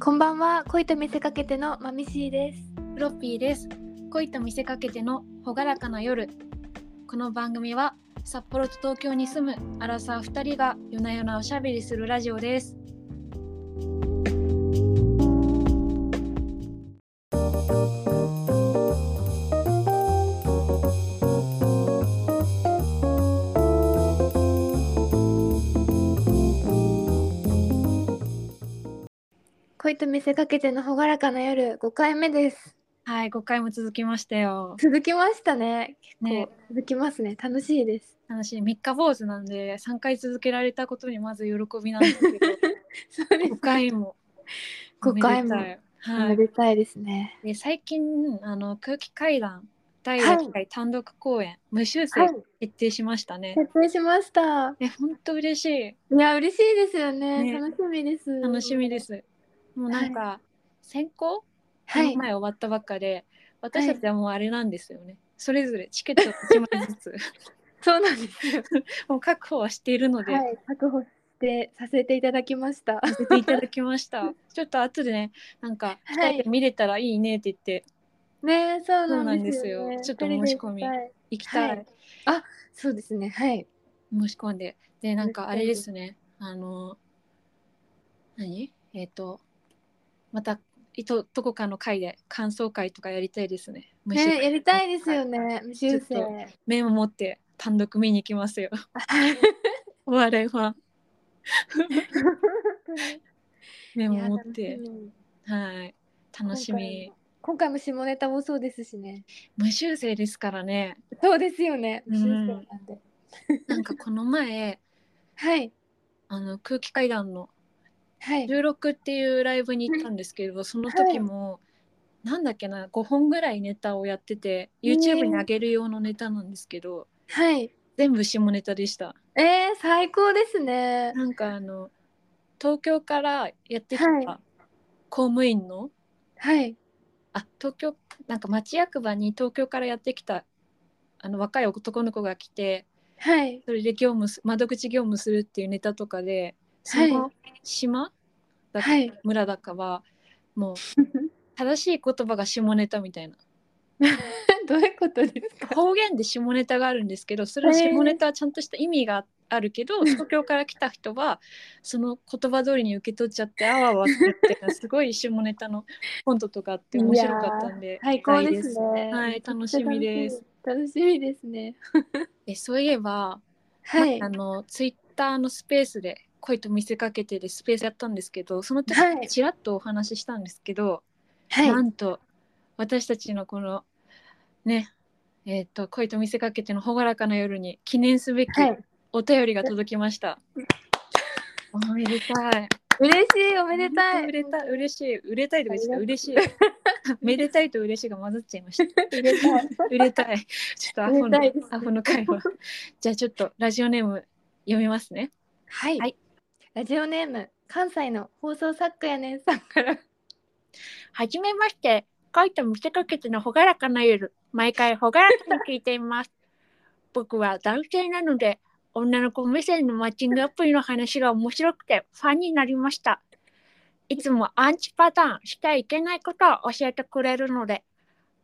こんばんは恋と見せかけてのまみしーですフロッピーです恋と見せかけての朗らかな夜この番組は札幌と東京に住むアラサー2人が夜な夜なおしゃべりするラジオです恋と見せかけての朗らかな夜5回目ですはい5回も続きましたよ続きましたね結構ね続きますね楽しいです楽しい3日坊主なんで3回続けられたことにまず喜びな んですけそうど5回も5回もおめでたいおはめいでたいですねで最近あの空気階段第はい6回単独公演、無修正はい決定しましたね、撮影しましたえ本当嬉しいいや嬉しいですよねね楽しみです楽しみです。もうなんか、選考こはのい前終わったばっかで、私たちはもうあれなんですよね。それぞれチケット1枚ず つそうなんですもう確保はしているので、はい確保してさせていただきましたさせていただきました。ちょっと後でね、なんかはい2人で見れたらいいねって言ってねそうなんですそよ,、うなね、んですよちょっと申し込み二人で行きたい行きたい、はいそうですねはい申し込んで、でなんかあれですね、あの何えっ、とまたいとどこかの会で感想会とかやりたいですね。ねやりたいですよね無修ちょっと正メモ持って単独見に行きますよ。 お笑いファンメモ持っいやて楽しみにはい楽し今回みも今回も下ネタ多そうですしね無修正ですからね そうですよねうん無修正なんで、なんかこの前はいあの空気階段のはい16っていうライブに行ったんですけどその時も、なんだっけな5本ぐらいネタをやってて YouTube に上げる用のネタなんですけど、はい全部下ネタでしたえー、最高ですねなんかあの東京からやってきたはい公務員の、はいあ東京なんか町役場に東京からやってきたあの若い男の子が来てはいそれで業務す窓口業務するっていうネタとかでそはいの島だか、はい村だかはもう正しい言葉が下ネタ みたいなどういうことですか方言で下ネタがあるんですけどそれは下ネタはちゃんとした意味があるけど、東京から来た人はその言葉通りに受け取っちゃってあわあわするっていうのはすごい下ネタのコントとかあって面白かったんで最高ですねはい楽しみです楽しみですねえそういえば、はいまあのツイッターのスペースで恋と見せかけてでスペースやったんですけどその時はいちらっとお話ししたんですけど、はないんと私たちのこのねえっ、と恋と見せかけての朗らかな夜に記念すべきはいお便りが届きました。おめでたい。嬉しいおめでたい売れた嬉しい。売れたいとか言ってたあ嬉しい。めでたい と嬉しいが混ざっちゃいました。売れたい売れたい。ちょっとアホ売れの、たいですねアホの会話。じゃあちょっとラジオネーム読みますね。はい、はいラジオネーム関西の放送作家やねんさんからはじめまして。恋と見せかけての朗らかな夜。毎回朗らかに聞いています。 僕は男性なので、女の子目線のマッチングアプリの話が面白くてファンになりました。いつもアンチパターンしちゃいけないことを教えてくれるので、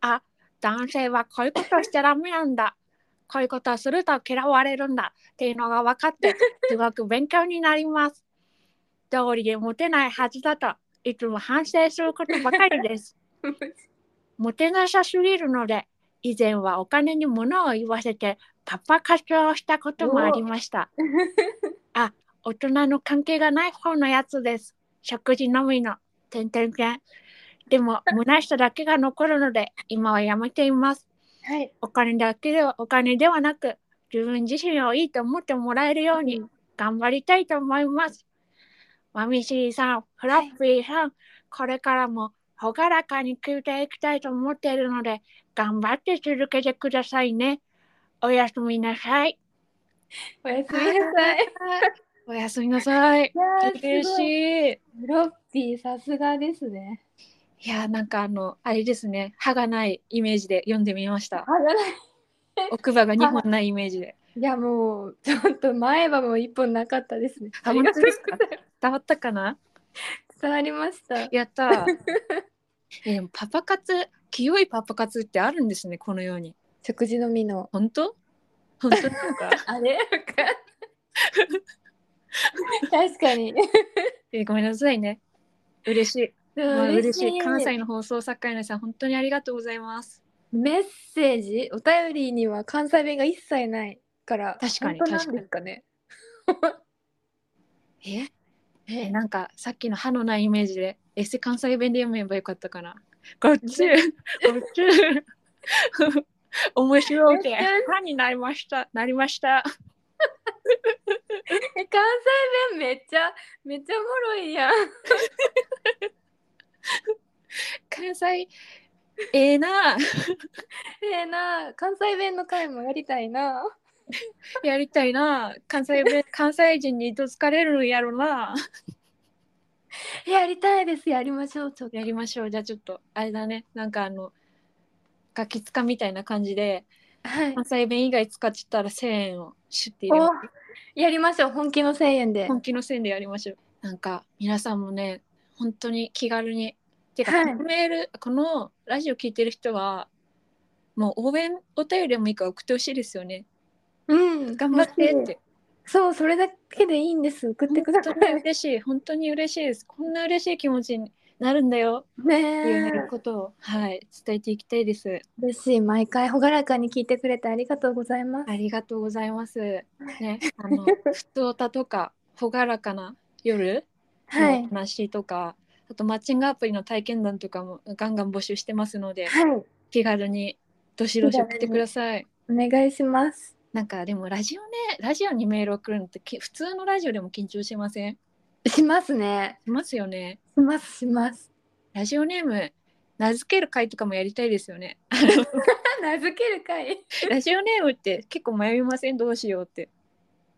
あ、男性はこういうことしちゃダメなんだ。こういうことをすると嫌われるんだっていうのが分かって、すごく勉強になります。道理でモテないはずだといつも反省することばかりです。モテなさすぎるので、以前はお金に物を言わせてパパ活をしたこともありました。あ、大人の関係がない方のやつです。食事のみの、てんてんてん。でも、虚しさだけが残るので、今はやめています。はいお金だけでは、お金ではなく、自分自身をいいと思ってもらえるように頑張りたいと思います。マミシーさん、フラッピーさん、これからも朗らかに聞いていきたいと思っているので、頑張って続けてくださいね。おやすみなさい。おやすみなさいおやすみなさい。嬉いやしい。ー。フロッピーさすがですね。いやーなんかあのあれですね歯がないイメージで読んでみました奥歯が2本ないイメージでいやもうちょっと前歯も一本なかったですね。 あ本当ですか伝わったかな伝わりました。やったーえでもパパ活清いパパ活ってあるんですねこのように食事のみの。本当本当なん かあれわかんない 確かに。えごめんなさいね嬉しい、でまもあ、嬉しい関西の放送作家の皆さん本当にありがとうございますメッセージお便りには関西弁が一切ないから確かに本当なんですかねええなんかさっきの歯のないイメージでエセ関西弁で読めばよかったかなこっ ちこっち面白いて 歯になりましたなりましたえ関西弁めっちゃめっちゃおもろいやん関西ええなええな関西弁の回もやりたいなやりたいな関西 弁関西人にどつかれるんやろなやりたいですやりましょうちょっとやりましょうじゃあちょっとあれだねなんかあのガキつかみたいな感じではい関西弁以外使っちゃったら1000円をシュッて入れおますやりましょう本気の1000円で本気の線でやりましょうなんか皆さんもね本当に気軽にてか、はいこのメールこのラジオ聞いてる人はもう応援お便りでもいいから送ってほしいですよねうん頑張ってってそうそれだけでいいんです送ってくださ本当にい嬉しい本当に嬉しいですこんな嬉しい気持ちになるんだよっていねうことを、はい、伝えていきたいです。嬉しい毎回朗らかに聞いてくれてありがとうございますありがとうございます。ね、あ のふつおたとか朗らかな夜はのい話とか、あとマッチングアプリの体験談とかもガンガン募集してますので、はい気軽にどしどし気送軽にってください。お願いしますなんかでもラジオねラジオにメール送るのってき普通のラジオでも緊張しませんしますねしますよね。しますしますラジオネーム名付ける会とかもやりたいです よね。名付けるかいラジオネームって結構迷いませんどうしようって。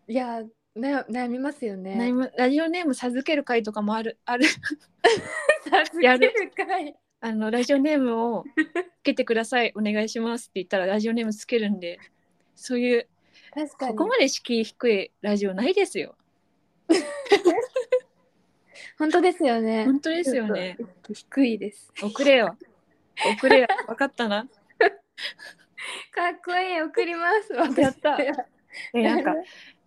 いやな悩みますよライね。ムラジオネーム授ける会とかもある ある授やけるるかい。あのラジオネームをつけてくださいお願いしますって言ったらラジオネームつけるんでそういう確かこに。こまで敷居低いラジオないですよ本当ですよね。本当ですよねちょっと。低いです。送れよ 送れよ分かったなかっこいい送ります。私やったやえなん か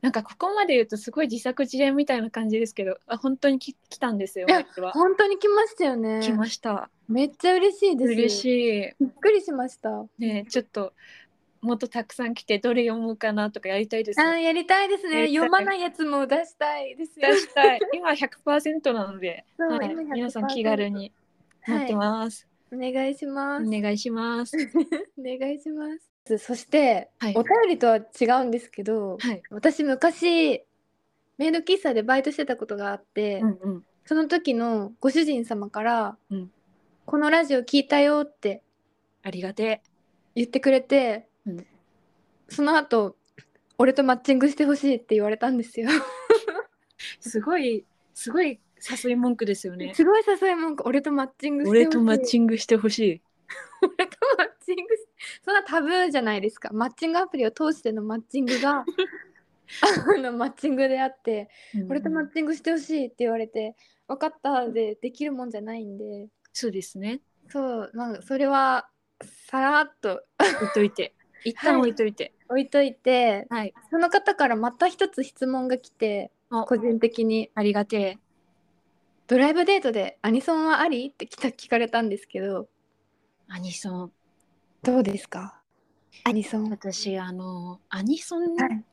なんかここまで言うとすごい自作自演みたいな感じですけどあ本当にき来たんですよいやメールは本当に来ましたよね。来ましためっちゃ嬉しいです。嬉しい。いびっくりしました。ねちょっともっとたくさん来てどれ読むかなとかやりたいですあねーやりたいですやりね。たい読まないやつも出したいですよ。出したい。今100%なので、そうはい今100%皆さん気軽に待ってます。はい。お願いします。お願いします。お願いします。そして、はいお便りとは違うんですけど、はい。私昔メイド喫茶でバイトしてたことがあって、うんうん。その時のご主人様から、うんこのラジオ聞いたよってありがて言ってくれて、うんその後俺とマッチングしてほしいって言われたんですよ。え。すごい、すごい誘い文句ですよ ね。すごい誘い文句俺とマッチングしてほしい俺とマッチングしてほしい。俺とマッチングしそんなタブーじゃないですかマッチングアプリを通してのマッチング があのマッチングであって俺とマうんッチングしてほしいって言われて分かったでできるもんじゃないんでそうですね。そうまあそれはさらっと置いとい て。一旦置いといて。置いといてはい。その方からまた一つ質問が来てお個人的にありがて「ドライブデートでアニソンはあり?」って来た聞かれたんですけどえ。アニソン。どうですかアニソン、私、あの、アニソン、はい、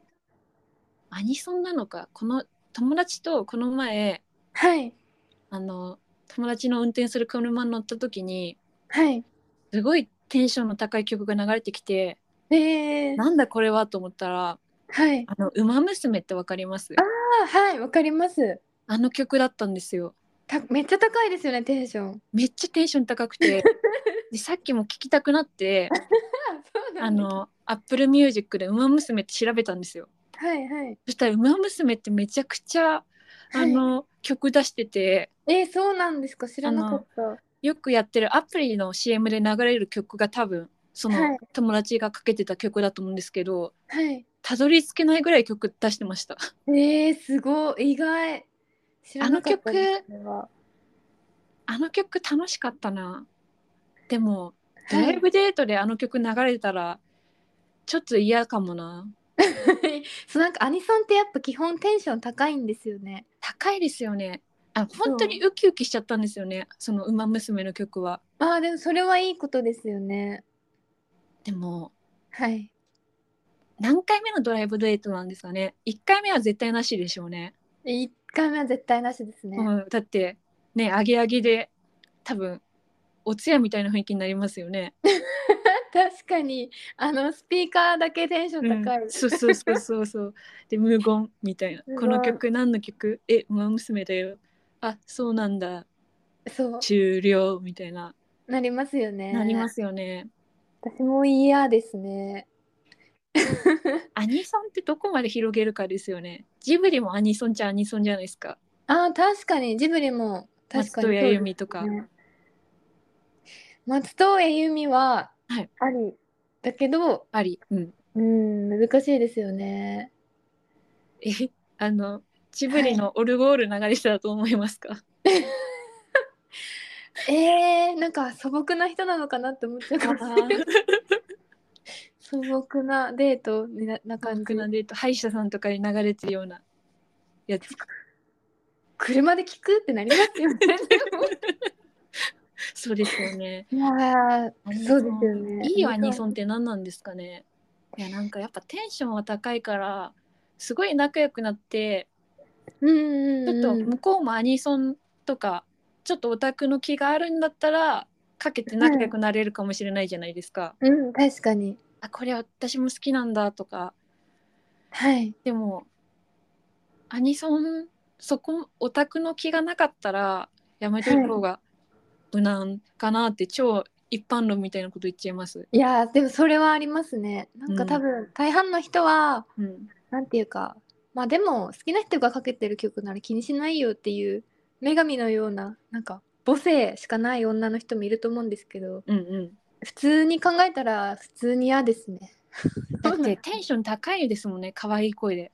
アニソンなのか。この友達とこの前、はいあの、友達の運転する車に乗った時に、はいすごいテンションの高い曲が流れてきてえー、なんだこれはと思ったらはい「あのウマ娘」ってわかりますあはいわかりますあの曲だったんですよためっちゃ高いですよねテンションめっちゃテンション高く てでさっきも聴きたくなってあそうあのアップルミュージックで「ウマ娘」って調べたんですよはいはいそしたら「ウマ娘」ってめちゃくちゃあの、曲出しててえー、そうなんですか知らなかったよくやってるアプリの CM で流れる曲が多分そはのい友達がかけてた曲だと思うんですけどはいたどり着けないぐらい曲出してましたえー、すごい意外知らなかったあの曲曲あの曲楽しかったなでもドライブデートであの曲流れたらちょっと嫌かもな そうなんかアニソンってやっぱ基本テンション高いんですよね。高いですよねあ本当にウキウキしちゃったんですよねその「ウマ娘」の曲はああでもそれはいいことですよね。でもはい。何回目のドライブデートなんですかね1回目は絶対なしでしょうね1回目は絶対なしですね。うん、だってねアゲアゲで多分お通夜みたいな雰囲気になりますよね。確かにあのスピーカーだけテンション高い。うんそうそうそうそう そう。で無言みたいな無。言この曲何の曲？え、馬娘だよ。あ、そうなんだ。そう終了みたいな。なりますよね。。なりますすよね。私も嫌ですね。アニソンってどこまで広げるかですよね。ジブリもアニソンじゃアニソンじゃないですか。ああ確かにジブリも確かに松任谷由実とか。ね松任谷由実ははいありだけど、あり。うん。うん難しいですよね。え、あのジブリのオルゴール流れてたと思いますか？えー、なんか素朴な人なのかなって思っちゃうかもしれない。素朴なデートになな感韓じ国なんで歯医者さんとかに流れてるようなやつ。車で聞くってなります よね。そうですよね。いやーそうですよね。いいアニン。ソンって何なんですかね。いやなんかやっぱテンションは高いからすごい仲良くなってうんちうんょうっん。と向こうもアニソンとかちょっとオタクの気があるんだったらかけて仲良くなれるかもしれないじゃないですか。うん確かに。あこれ私も好きなんだとかはい。でもアニソンそこオタクの気がなかったらやめといた方が無難かなって超一般論みたいなこと言っちゃいます。いやーでもそれはありますね。なんか多分、大半の人はうん、なんていうかまあでも好きな人がかけてる曲なら気にしないよっていう女神のようななんか母性しかない女の人もいると思うんですけどうん、うん普通に考えたら普通に嫌です ねだってテンション高いですもんね可愛い声で、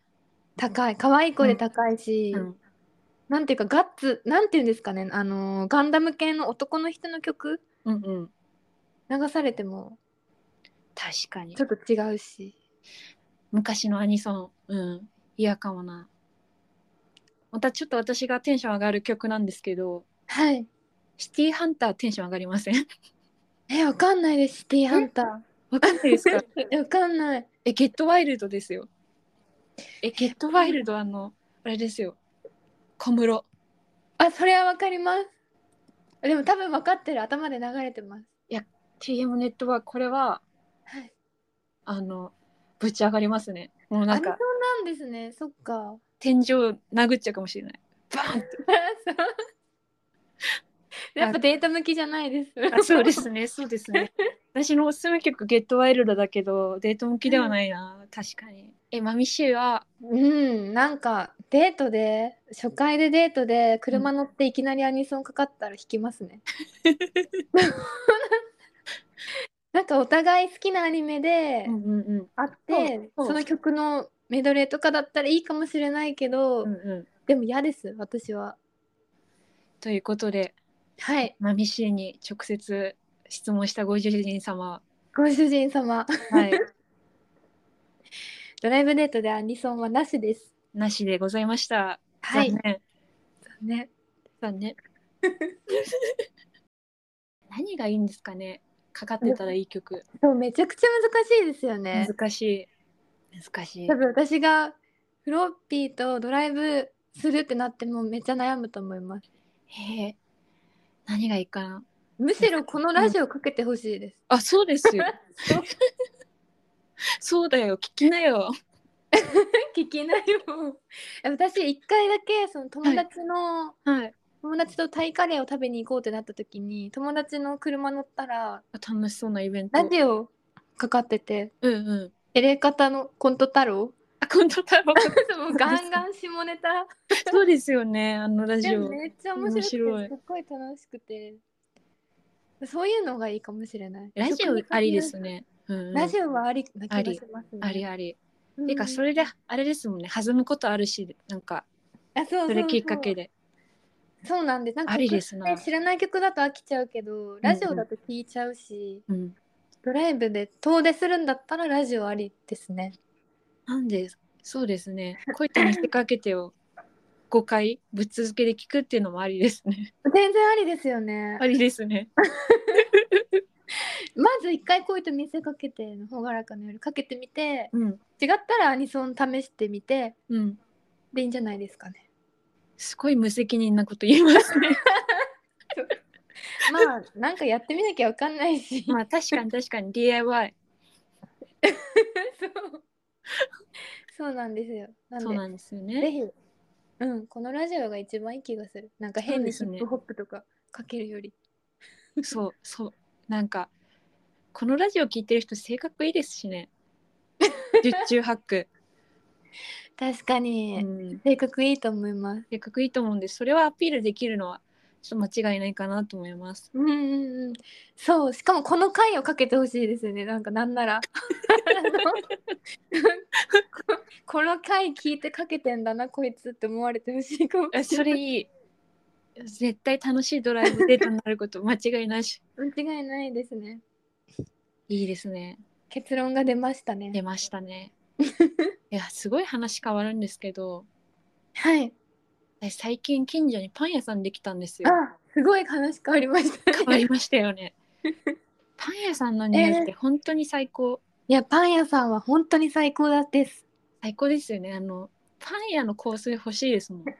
高い可愛い子で高いし、うんなんていうかガッツなんていうんですかねあのーガンダム系の男の人の曲うんうん流されても確かにちょっと違うし昔のアニソンうん嫌かもなまたちょっと私がテンション上がる曲なんですけどはいシティーハンターテンション上がりませんえわかんないですシティーハンタ わかんないですかーえわかんないえゲットワイルドですよえゲットワイルドあのあれですよ小室あそれはわかりますでも多分分かってる頭で流れてます TM ネットワークこれははいあのぶち上がりますねもうなんアニかなんですねそっ か天井殴っちゃうかもしれないバーンってやっぱデート向きじゃないですあそうですね、そうですね。 私のおすすめ曲、ゲットワイルドだけど、デート向きではないな、確かに。え、マミシーは、 うんなんかデートで初回でデートで車乗っていきなりアニソンかかったら弾きますね なんかお互い好きなアニメでうんうんうん、会って、そうそうその曲のメドレーとかだったらいいかもしれないけど、うんうん。でも嫌です私はということで、はいマミシーに直接質問したご主人様、ご主人 様はい、ドライブデートでアニソンはなしですなしでございました。はい残念。ね残念。 何がいいんですかねかかってたらいい曲。そうめちゃくちゃ難しいですよね。難しい。難しい多。分私がフロッピーとドライブするってなってもめっちゃ悩むと思います。へえ。何がいいかなむしろこのラジオかけてほしいです。あ、 そうですよ。そうだよ、聞きなよ。聞きなよ。いや 私一回だけその友達の、はい。友達とタイカレーを食べに行こうってなった時に友達の車乗ったら楽しそうなイベント。ラジオかかっててうんうん。エレカタのコント太 郎あ、今度太郎。もうガンガ ン下ネタ そうですよね、あのラジでオも。めっちゃ面白面くて白いすっごい楽しくてそういうのがいいかもしれないラジオありですね。うんうん、ラジオはありな気がしますねありあり。うんてか、それで、あれですもんね、弾むことあるし、なんか、あそうそうそれきっかけで。そうなんですなんかありですな曲って知らない曲だと飽きちゃうけどラジオだと聴いちゃうし、うん、ドライブで遠出するんだったらラジオありですねなんでそうです ね恋と見せかけてを5回ぶっ続けで聞くっていうのもありですね全然ありですよね ありですねまず一回恋と見せかけての朗らかな夜かけてみてうん違ったらアニソン試してみてうんでいいんじゃないですかねすごい無責任なこと言いますね まあなんかやってみなきゃわかんないしまあ確かに確かに DIY そうそうなんですよなんそうでなんですよぜねひ、うん、このラジオが一番いい気がする。なんか変にヒそうですねップホップとかかけるより。そうそうなんかこのラジオ聞いてる人性格いいですし ね十中八九、確かに、うん、性格いいと思います。性格いいと思うんでそれはアピールできるのはちょっと間違いないかなと思いますうんうんうん。そう、しかもこの回をかけてほしいですよね。なんかなんなら。 あのここの回聞いてかけてんだな、こいつって思われてほしいかもあしそれなれい。いい絶対楽しいドライブデートになること間違いなし間違いないですね。いいですね結論が出ましたね。出ました ねいやすごい話変わるんですけどはい。私最近近所にパン屋さんできたんですよあ、すごい話変わりましたね、変わりましたよ ねパン屋さんの匂いって本当に最高、いや、パン屋さんは本当に最高だです。最高ですよねあのパン屋の香水欲しいですもんルー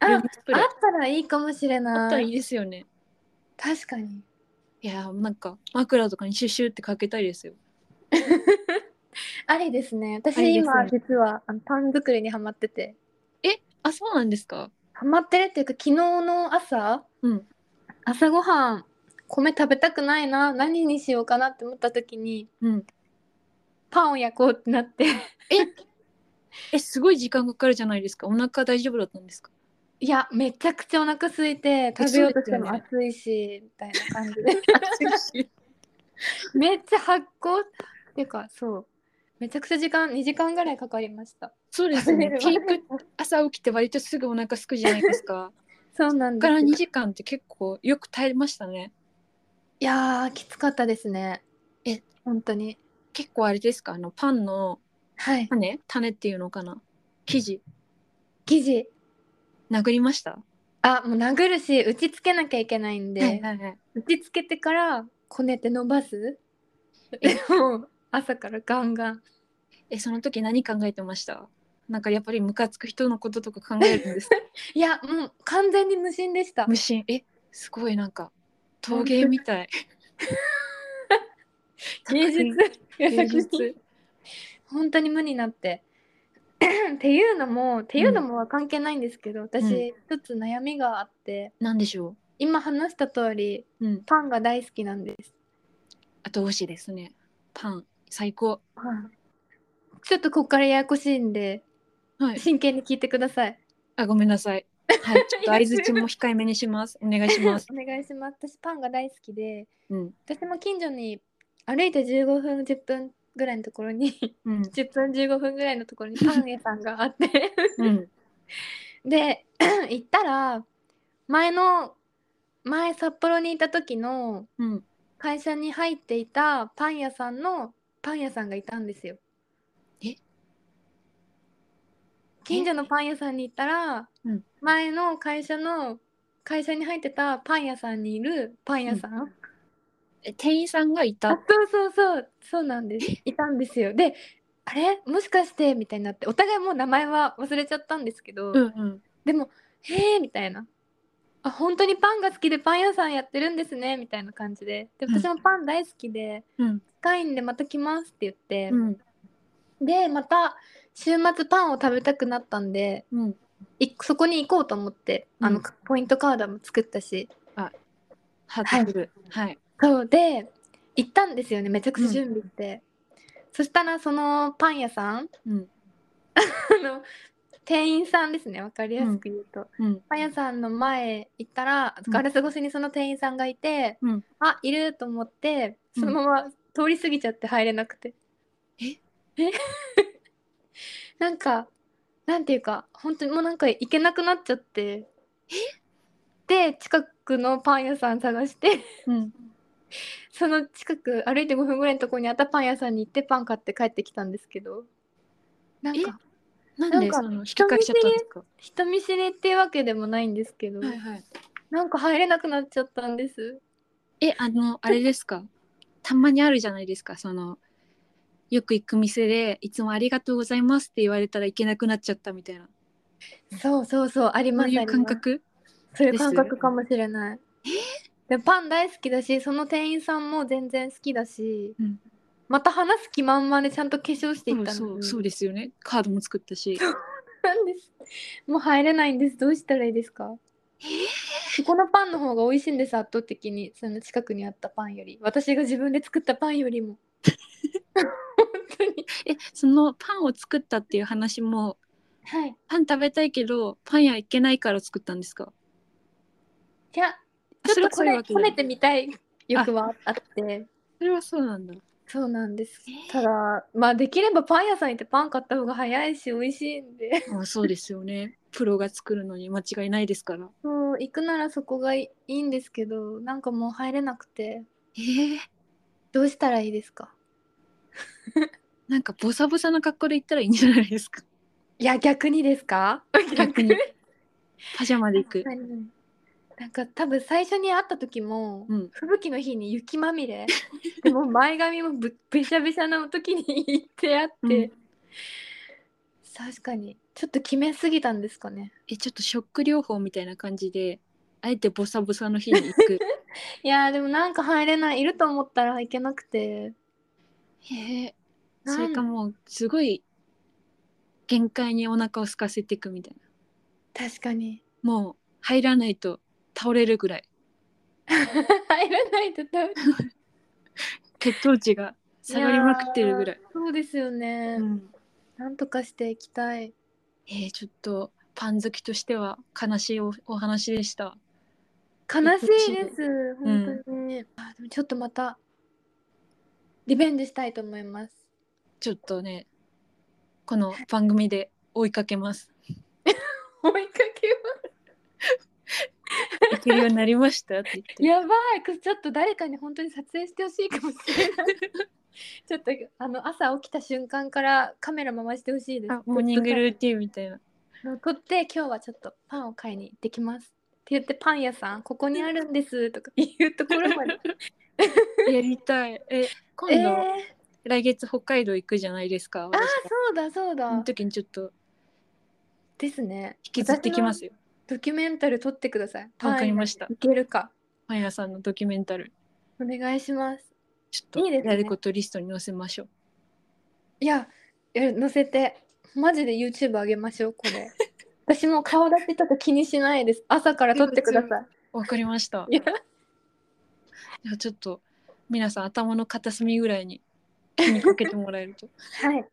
あム、スプレーあったらいいかもしれあったならいい。いですよね確かに。いやなんか枕とかにシュシュってかけたいですよありですね。私ありですね今、実はあのパン作りにハマってて。えあそうなんですかハマってるっていうか、昨日の朝、うん朝ごはん、米食べたくないな、何にしようかなって思った時に、うんパンを焼こうってなって。えすごい時間かかるじゃないですかお腹大丈夫だったんです かいや、めちゃくちゃお腹空いて、食べようとしても暑いし、みたいな感じで。 めっちゃ発酵っていうか、そう。めちゃくちゃ時間、2時間ぐらいかかりました。そうですねピーク朝起きて割とすぐお腹すくじゃないです かそうなんそですこかよ。ら2時間って結構よく耐えましたねいやーきつかったですね。え本当に。結構あれですかあのパンのはい。種種っていうのかな生地生地。殴りましたあもう殴るし打ちつけなきゃいけないんで、はいはい、打ちつけてからこねて伸ばす。でも朝からガンガン。えその時何考えてましたなんかやっぱりムカつく人のこととか考えるんです かいやもう完全に無心でした無。心えすごいなんか陶芸みたい芸術。 芸術本当に無になって。 っていうのもっていうのもは関係ないんですけど、私一つ悩みがあってなんでしょ今話した通りううんパンが大好きなんです。後押しですねパン最高ちょっとここからややこしいんではい真剣に聞いてください。あごめんなさい はいちょっと相づちも控えめにしますお願いしますお願いします。私パンが大好きでうん私も近所に歩いて15分10分ぐらいのところに うん10分15分ぐらいのところにパン屋さんがあって うんで 行ったら前の前札幌にいた時のうん会社に入っていたパン屋さんのパン屋さんがいたんですよ。え近所のパン屋さんに行ったら、うん前の会社の会社に入ってたパン屋さんにいるパン屋さん、え店員さんがいあたそうそうそうそうなんですいたんですよ。であれもしかしてみたいになってお互いもう名前は忘れちゃったんですけど、うんうんでも「へえ」みたいな「あ本当にパンが好きでパン屋さんやってるんですね」みたいな感じででうん私もパン大好きでうん近いんでまた来ますって言ってう、んでまた週末パンを食べたくなったんでうんいそこに行こうと思ってあの、うんポイントカードも作ったしハートフルはいそうで行ったんですよねめちゃくちゃうん準備して、そしたらそのパン屋さんうんあの店員さんですねわかりやすく言うと、うんパン屋さんの前行ったらうんガラス越しにその店員さんがいて、うんあいると思ってうんそのまま通り過ぎちゃって入れなくて、ええ なんかなんていうか本当にもうなんか行けなくなっちゃってで近くのパン屋さん探して うん、その近く歩いて5分ぐらいのところにあったパン屋さんに行ってパン買って帰ってきたんですけどなんかなんでなんかその引っかかっちゃったんですか。人見知りっていうわけでもないんですけど、はいはい。なんか入れなくなっちゃったんですえ、あの、あれですか。たまにあるじゃないですか、その。よく行く店で、いつもありがとうございますって言われたら、いけなくなっちゃったみたいな。そうそうそうありそまうすいう感覚。そういうです感覚かもしれない。でパン大好きだしその店員さんも全然好きだし、うんまた話す気満々でちゃんと化粧していそっうたそのう、にそうですよね。カードも作ったし。なんですもう入れないんですどうしたらいいですかそこのパンの方が美味しいんです圧倒的にその近くにあったパンより私が自分で作ったパンよりも本当にえ、そのパンを作ったっていう話も。はいパン食べたいけど、パン屋行けないから作ったんですか。じゃああちょっとこそれれはそういうわけじゃこないねてみたい欲はあってそれはそうなんだ。そうなんですえーただまあできればパン屋さん行ってパン買った方が早いし美味しいんで あ、そうですよね。プロが作るのに間違いないですから。そう行くならそこがいいいいんですけどなんかもう入れなくてえー、どうしたらいいですかなんかボサボサな格好で行ったらいいんじゃないですか。いや逆にですか逆に。パジャマで行く。はいなんか多分最初に会った時も、うん吹雪の日に雪まみれでもう前髪もぶべしゃべしゃの時に行ってあって、うん確かにちょっと決めすぎたんですかねえ、ちょっとショック療法みたいな感じで、あえてボサボサの日に行く。いやーでもなんか入れないいると思ったらいけなくて へえ。なんそれかもう、すごい、限界にお腹を空かせていくみたいな。確かにもう、入らないと倒れるぐらい。入らないと多分血糖値が下がりまくってるぐらい。そうですよね、うん、なんとかしていきたいえーちょっと、パン好きとしては悲しいおお話でした。悲しいです本当に、あでもちょっとまたリベンジしたいと思いますちょっとね、この番組で追いかけます。 追いかけまいけるようになりましたって言っすて。やばいこれちょっと誰かに本当に撮影してほしいかもしれ ないちょっとあの朝起きた瞬間からカメラ回してほしいですあモーニングルーティンみたいな。撮って今日はちょっとパンを買いに行ってきますって言ってパン屋さんここにあるんですとかいうところまでやりたい。え、え今ー度、、来月北海道行くじゃないですか。あー私そうだそうそのだ時にちょっとですね引きずってき私まのすよ。ドキュメンタル撮ってくださいわかりましたパン屋いけるかパン屋さんのドキュメンタル。お願いします。ちょっといいですねやることリストに載せましょう。いや、いや載せて、マジで YouTube 上げましょう、こ れ。私もう顔出しとか気にしないです。朝から撮ってくださわかりました。い。いや、じゃあちょっと皆さん頭の片隅ぐら いに気にかけてもらえると。はい、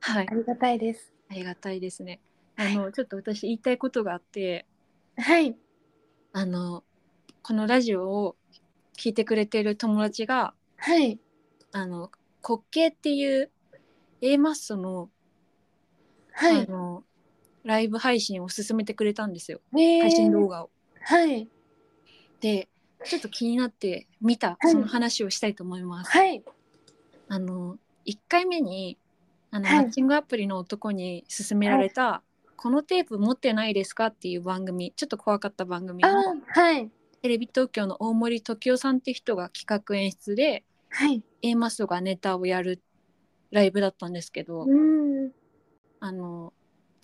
はいあ。りがたいです。ありがたいですね。あの、ちょっと私言いたいことがあって、はい、あの、このラジオを聞いてくれてる友達が、はい、あの滑稽っていう A マッソの,、はあのライブ配信を勧めてくれたんですよい。え配信動ー、画を。はい、でちょっと気になって見たはいその話をしたいと思います。はい、あの1回目にあの、はいマッチングアプリの男に勧められた、このテープ持ってないですか?」っていう番組ちょっと怖かった番組あのー、はい、テレビ東京の大森時代さんって人が企画演出ではい。 A マッソがネタをやるライブだったんですけど。うん、あの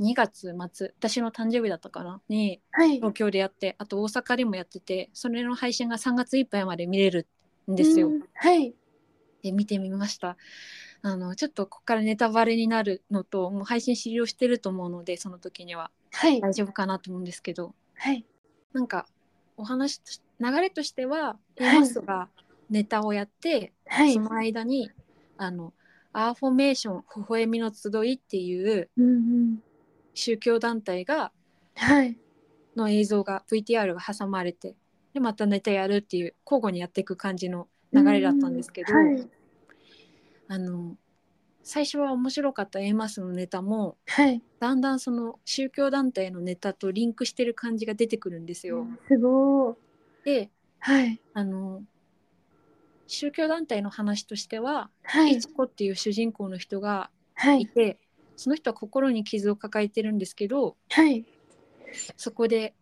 2月末私の誕生日だったかなにはい。東京でやってあと大阪でもやっててそれの配信が3月いっぱいまで見れるんですよ。うんはい、で見てみましたあのちょっとここからネタバレになるのともう配信終了してると思うのでその時にははい、大丈夫かなと思うんですけどはい、なんかお話とし流れとしてははいマスがネタをやって、はいそ。の間にあのアーフォメーション微笑みの集いっていううんうん、宗教団体がはい。の映像が VTR が挟まれてでまたネタやるっていう交互にやっていく感じの流れだったんですけど、はい、あの最初は面白かった A マスのネタもはい。だんだんその宗教団体のネタとリンクしてる感じが出てくるんですよ。すごい。ではい。あの宗教団体の話としては、はイいチ。コっていう主人公の人がはいい。て、その人は心に傷を抱えてるんですけどはい。そこで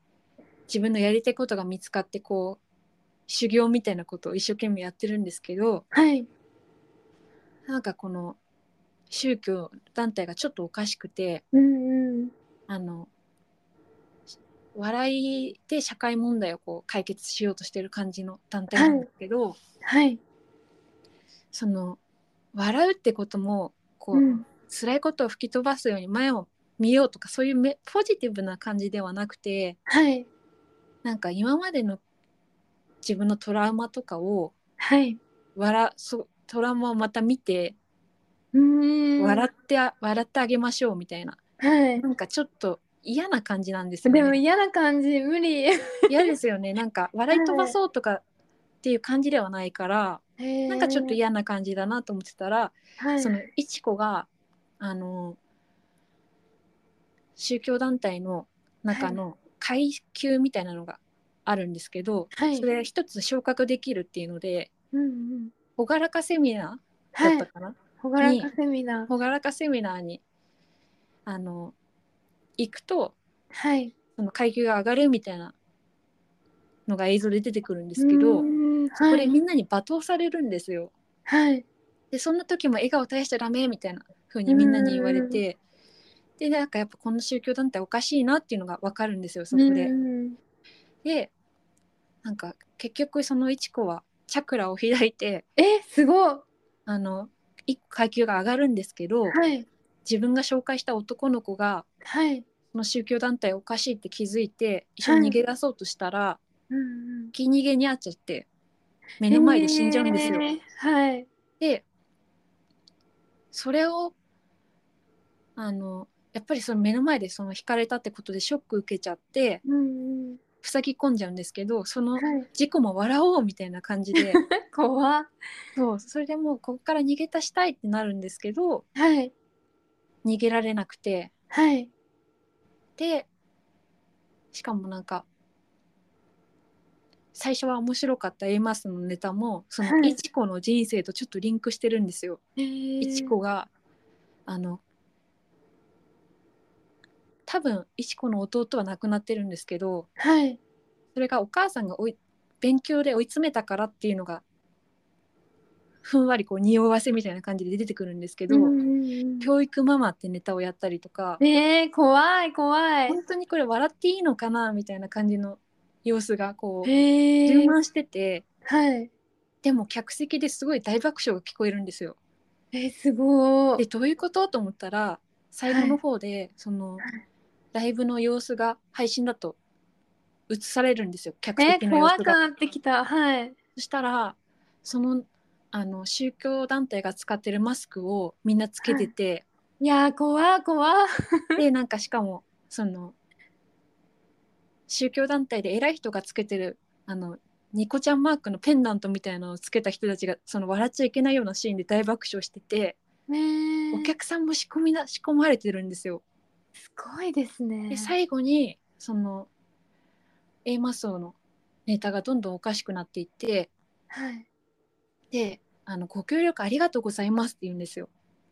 自分のやりたいことが見つかってこう修行みたいなことを一生懸命やってるんですけどはい。なんかこの宗教団体がちょっとおかしくてうんうん。あの笑いで社会問題をこう解決しようとしてる感じの団体なんですけど、はい。その笑うってこともこう、うん。辛いことを吹き飛ばすように前を見ようとかそういうめポジティブな感じではなくてはい。なんか今までの自分のトラウマとかをはい。笑そうトラウマをまた見てうーん。笑ってあ、笑ってあげましょうみたいなはい。なんかちょっと嫌な感じなんですよでもね嫌な感じ、無理。へ嫌ですよねなん か笑い飛ばそうとかっていう感じではないからーなんかちょっと、嫌な感じだなと思ってたらはい、そのいちこがあの宗教団体の中の階級みたいなのがあるんですけど、はいそれ一つ昇格できるっていうのでうんうん。朗らかセミナーだはったい。かなほがらかセミナー。朗らかセミナーにあの行くとはい。その階級が上がるみたいなのが映像で出てくるんですけど、うーんこはれい。みんなに罵倒されるんですよ。はい。でそんな時も笑顔絶やしちゃダメみたいな風にみんなに言われてでなんかやっぱこの宗教団体おかしいなっていうのが分かるんですよそこでう。んでなんか結局そのいちこはチャクラを開いてえ、すごい。あの一個階級が上がるんですけどはい。自分が紹介した男の子がはい。その宗教団体おかしいって気づいて一緒に逃げ出そうとしたら、うんうん。気逃げにあっちゃって目の前で死んじゃうんですよ。えーはい。でそれをあのやっぱりその目の前でその惹かれたってことでショック受けちゃってうんうん。塞ぎ込んじゃうんですけどそのはい。事故も笑おうみたいな感じで怖っそうそれでもうここから逃げ出したいってなるんですけどはい。逃げられなくてはい。でしかもなんか最初は面白かった A マスのネタもそはのいいちこの人生とちょっとリンクしてるんですよ。いいちこ。があの多分いちこの弟は亡くなってるんですけどはい。それがお母さんが追い勉強で追い詰めたからっていうのがふんわりこう匂わせみたいな感じで出てくるんですけど、教育ママってネタをやったりとか、えー、怖い怖い。本当にこれ笑っていいのかなみたいな感じの様子がこうえ充ー、満しててはい。でも客席ですごい大爆笑が聞こえるんですよ。えー、すごでい。どういうことと思ったら最後の方で、そのライブの様子が配信だと映されるんですよ客え席ー、の様怖子くが。なってきた。はい。そしたらそのあの宗教団体が使ってるマスクをみんなつけてて、いやー、怖い怖い。でなんかしかもその宗教団体で偉い人がつけてるあのニコちゃんマークのペンダントみたいなのをつけた人たちがその笑っちゃいけないようなシーンで大爆笑してて、ねーお客さんも仕込みな仕込まれてるんですよ。すごいですね。で最後にその A マスオのネタがどんどんおかしくなっていってはい。であの「ご協力ありがとうございます」って言うんですよ。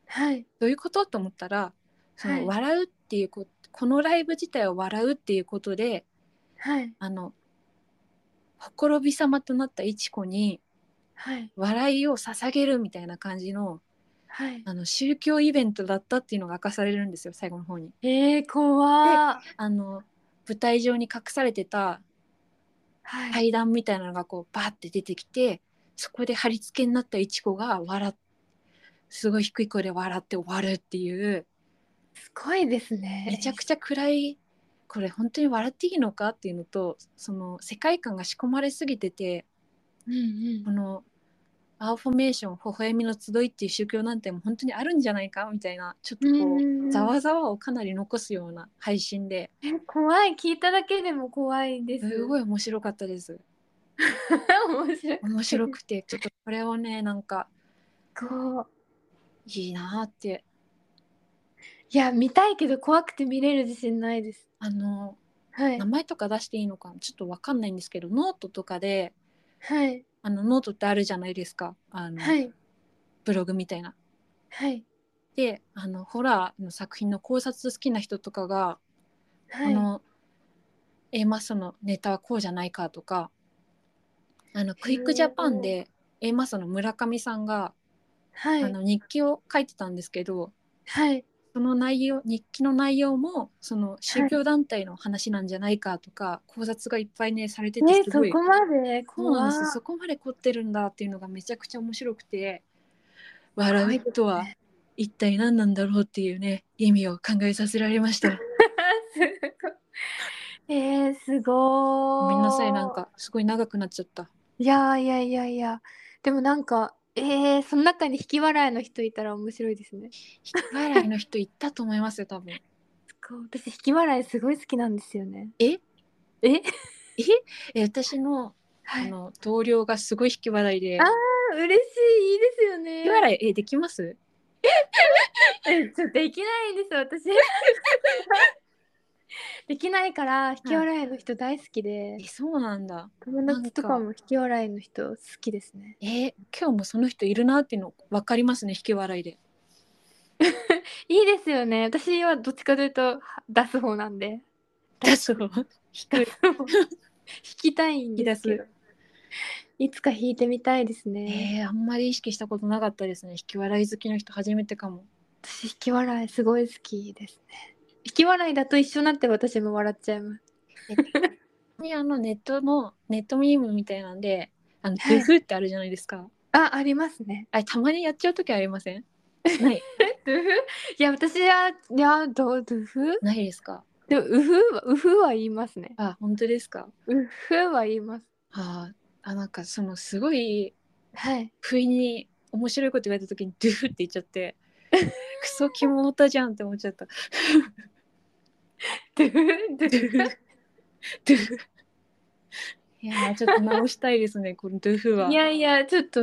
はい。どういうことと思ったらそはいの笑うっていうこ,、このライブ自体を笑うっていうことではい。あのほころび様となったいちこにはい。笑いを捧げるみたいな感じのはい。あの宗教イベントだったっていうのが明かされるんですよ最後の方に。えー、怖い。あの舞台上に隠されてたはい。階段みたいなのがこうバーって出てきてそこで貼り付けになったいちごが笑っすごい低い声で笑って終わるっていうすごいですね。めちゃくちゃ暗いこれ本当に笑っていいのかっていうのとその世界観が仕込まれすぎててうんこの「アーフォメーション微笑みの集い」っていう宗教なんてもう本当にあるんじゃないかみたいなちょっとうん。こううんざわざわをかなり残すような配信でえ怖い聞いただけでも怖いです。すごいい面白かったです 面白い。 面白くてちょっとこれをねなんかこういいなーっていや見たいけど怖くて見れる自信ないですあのはい名前とか出していいのかなちょっとわかんないんですけどノートとかではいあのノートってあるじゃないですかあの、はいブログみたいな。はいであのホラーの作品の考察好きな人とかが、はいあの A マッソのネタはこうじゃないかとかあのクイックジャパンで A マッソの村上さんが、はいあの日記を書いてたんですけどはいその内容日記の内容もその宗教団体の話なんじゃないかとか、考察がいっぱいねされててねすそごい、こまでそうなん怖ですよいそこまで凝ってるんだっていうのがめちゃくちゃ面白くて笑うとは 一体何なんだろうっていうね意味を考えさせられましたえー、すごーごめんなさいなんかすごい長くなっちゃったいやーいやいやいやでもなんかえー、その中に引き笑いの人いたら面白いですね引き笑いの人いったと思いますよ多分こう私引き笑いすごい好きなんですよねええええ私のはあいの同僚がすごい引き笑いでああ 嬉しいいいですよね引き笑いえできますえちょっとできないんです 私できないから引き笑いの人大好きでえそうなんだ友達とかも引き笑いの人好きですねえ今日もその人いるなっていうの分かりますね引き笑いでいいですよね私はどっちかというとは出す方なんで出す方 引きたいんですけどいつか弾いてみたいですね、えー、あんまり意識したことなかったですね引き笑い好きの人初めてかも私引き笑いすごい好きですね引き笑いだと一緒になって私も笑っちゃいますにあのネットのネットミームみたいなんであのはいドゥフってあるじゃないですか、あありますねあれたまにやっちゃう時ありませ んないドゥフいや私はいやどうドゥフないですかでもウフはウフは言いますねあ本当ですかウフは言いますあーあなんかそのすごいはい不意に面白いこと言われた時にドゥフって言っちゃって クソキモオタじゃんって思っちゃったドゥフドドゥフドゥフいやーちょっと直したいですねこのドゥフはいやいやちょっと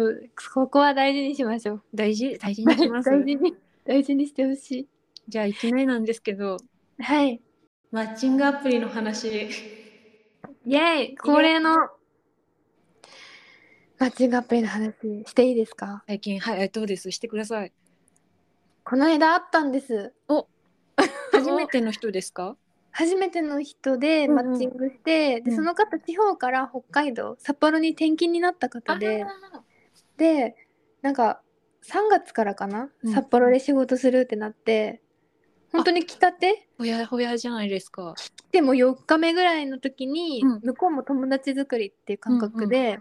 ここは大事にしましょう大事 大事に大します事に大事にしてほしじゃあいきなりなんですけどいはいマッチングアプリの話イェイ恒例のマッチングアプリの話していいですか最近はいどうですしてくださいこの間あったんです初めての人ですか初めての人でうんマうんッチングして、うでんその方地方から北海道札幌に転勤になった方ででなんか3月からかな、うん札幌で仕事するってなって本当に来たてほやほやじゃないですか来ても4日目ぐらいの時に、うん向こうも友達作りっていう感覚で、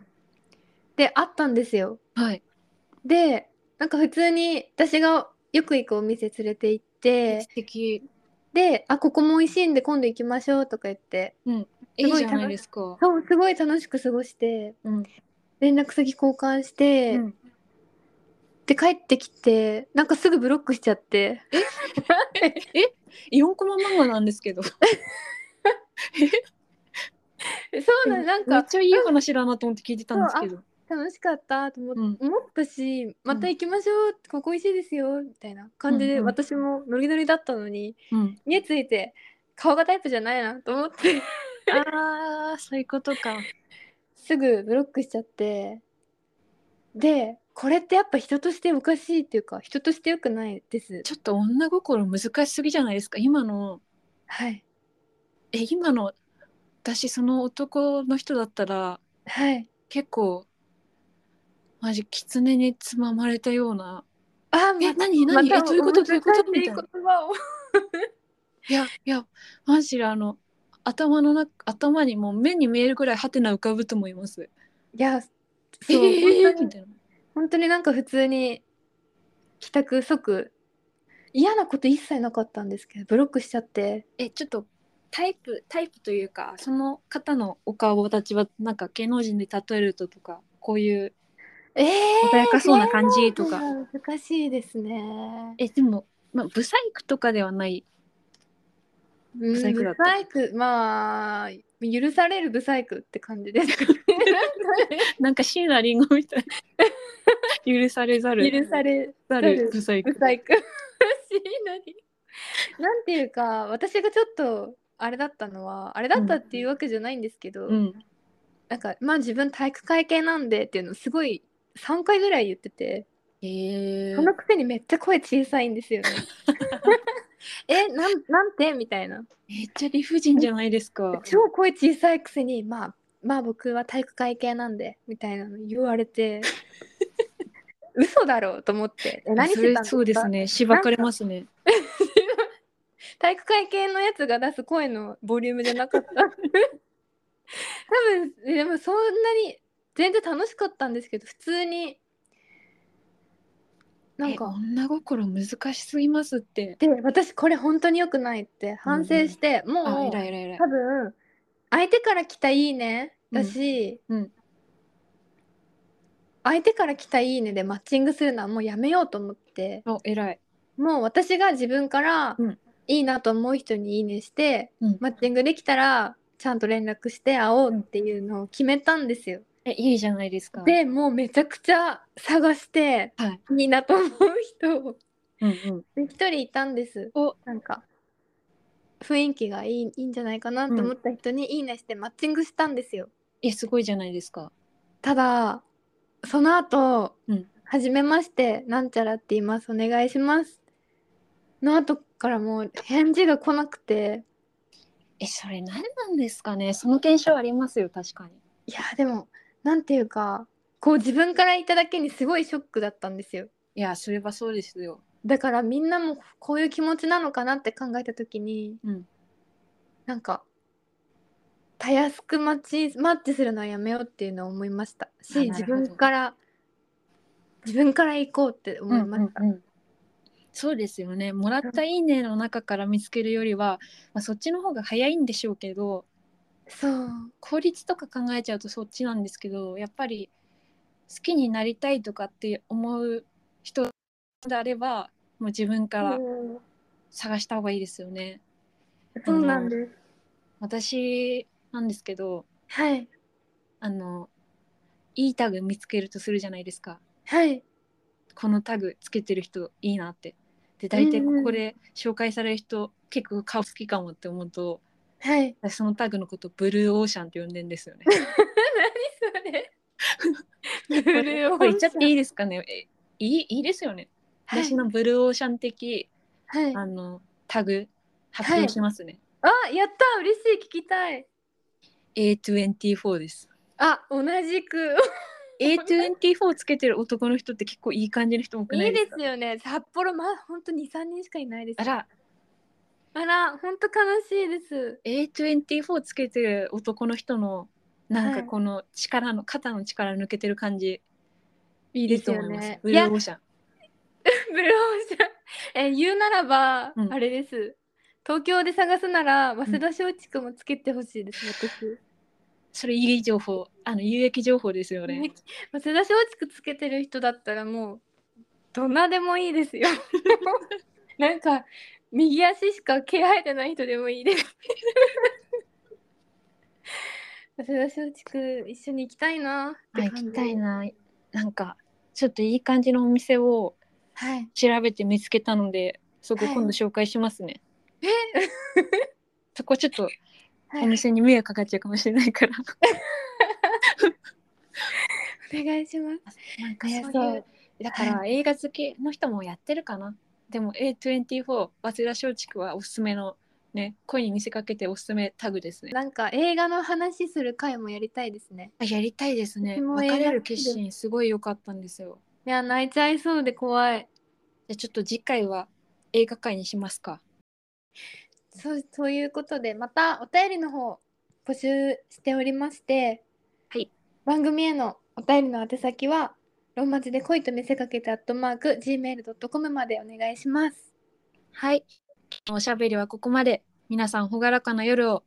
で会ったんですよ。はいでなんか普通に私がよく行くお店連れて行って素敵で「あここも美味しいんで今度行きましょう」とか言っていいじゃないですかそうすごい楽しく過ごしてうん連絡先交換して、うんで帰ってきてなんかすぐブロックしちゃって4コマ漫画なんですけどそうなんなんめ かっちゃいい話だなと思って聞いてたんですけど楽しかったと思っうん思ったしまた行きましょう、ここ美味しいですよみたいな感じうんでうん私もノリノリだったのにうん家ついて顔がタイプじゃないなと思って あーそういうことかすぐブロックしちゃってでこれってやっぱ人としておかしいっていうか人としてよくないですちょっと女心難しすぎじゃないですか今のはいえ今の私その男の人だったらはい結構マジ狐につままれたようなあーえまた何何またえどういうこと同じどういうことってみたいな言葉をいやいやマジであの頭の中頭にもう目に見えるぐらいハテナ浮かぶと思います。いやそう、 えー本当みにたいな。本当になんか普通に帰宅即嫌なこと一切なかったんですけどブロックしちゃってえちょっとタイプタイプというかその方のお顔たちはなんか芸能人で例えるととかこういうえー、穏やかそうな感じとか。難しいですねえでもまあ不細工とかではないブサイクだったブサイクまあ許されるブサイクって感じですかなんか椎名林檎みた いな 許されざるね許されざる不細工ブサイク なんていうか私がちょっとあれだったのはあれだったっていうわけじゃないんですけど、うんなんかまあ自分体育会系なんでっていうのをすごい3回ぐらい言っててへえそのくせにめっちゃ声小さいんですよね。 えなんなんてみたいなめっちゃ理不尽じゃないですか超声小さいくせにまあまあ僕は体育会系なんでみたいなの言われ て嘘だろうと思ってえ何してたんそれですかそうですねしばかれますね体育会系のやつが出す声のボリュームじゃなかった多分えでもそんなに全然楽しかったんですけど普通になんえか女心難しすぎますってで私これ本当に良くないって反省して、あもう偉い偉い偉い多分相手から来た「いいね」だし、うんうん相手から来た「いいね」でマッチングするのはもうやめようと思ってお偉いもう私が自分からうんいいなと思う人に「いいね」して、うんマッチングできたらちゃんと連絡して会おうっていうのを決めたんですよ。えいいじゃないですかでもうめちゃくちゃ探して、はいいいなと思う人を。うんうんで一人いたんですおなんか雰囲気がいいいいんじゃないかなと思った人に「いいね」してマッチングしたんですよ、えすごいじゃないですかただその後、うんはじめましてなんちゃらって言いますお願いします」の後からもう返事が来なくてえそれ何なんですかねその現象ありますよ確かにいやでもなんていうかこう自分から言っただけにすごいショックだったんですよいやそれはそうですよだからみんなもこういう気持ちなのかなって考えた時に、うんなんかたやすくマッチマッチするのはやめようっていうのを思いましたしあなるほ自ど分から自分から行こうって思いました、うんうんうんそうですよねもらった「いいね」の中から見つけるよりは、まあ、そっちの方が早いんでしょうけどそう効率とか考えちゃうとそっちなんですけどやっぱり好きになりたいとかって思う人であればもう自分からうん探した方がいいですよね。そうなんです、私なんですけどはいあのいいタグ見つけるとするじゃないですか。はいこのタグつけてる人いいなってで大体ここで紹介される人、結構顔好きかもって思うとはい私そのタグのことブルーオーシャンって呼んでんですよね。それ ブルーオーシャンこれ言っちゃっていいですかねえいいいいですよね、はい私のブルーオーシャン的はいあのタグ発表しますね、あやった嬉しい聞きたい A24 ですあ同じ く A24 つけてる男の人って結構いい感じの人多くないいいですでかすよね札幌まだほんと23人しかいないですあらあら、本当悲しいです。 A24 つけてる男の人のなんはかいこの力の、肩の力抜けてる感じいいでですすよ思ねいますいブルやーオーシャンブルーオーシャン。え、言うならば、うんあれです。東京で探すなら、早稲田松竹もつけてほしいです、それいい情報あの有益情報ですよ私。ね早稲田松竹つけてる人だったら、もう。どんなでもいい ですよ。なんか、右足しか毛生えてない人でもいいです。 早稲田松竹、一緒に行きたいなっあて行感じ。きたいななんかちょっといい感じのお店をはい。調べて見つけたのでそこはい今度紹介しますね、え そこちょっとはいお店に迷惑かかっちゃうかもしれないから、お願いします。なんかいやそういそうだから映画好きの人もやってるかな、でも A24 早稲田松竹はおすすめのね恋に見せかけておすすめタグですねなんか映画の話する回もやりたいですね。あやりたいですね私も映画別れる決心すごい良かったんですよいや泣いちゃいそうで怖い。じゃあちょっと次回は映画会にしますかそうということでまたお便りの方募集しておりまして、はい、番組へのお便りの宛先はローマ字で恋と見せかけてアットマーク gmail.com までお願いします。はいおしゃべりはここまで皆さん朗らかな夜を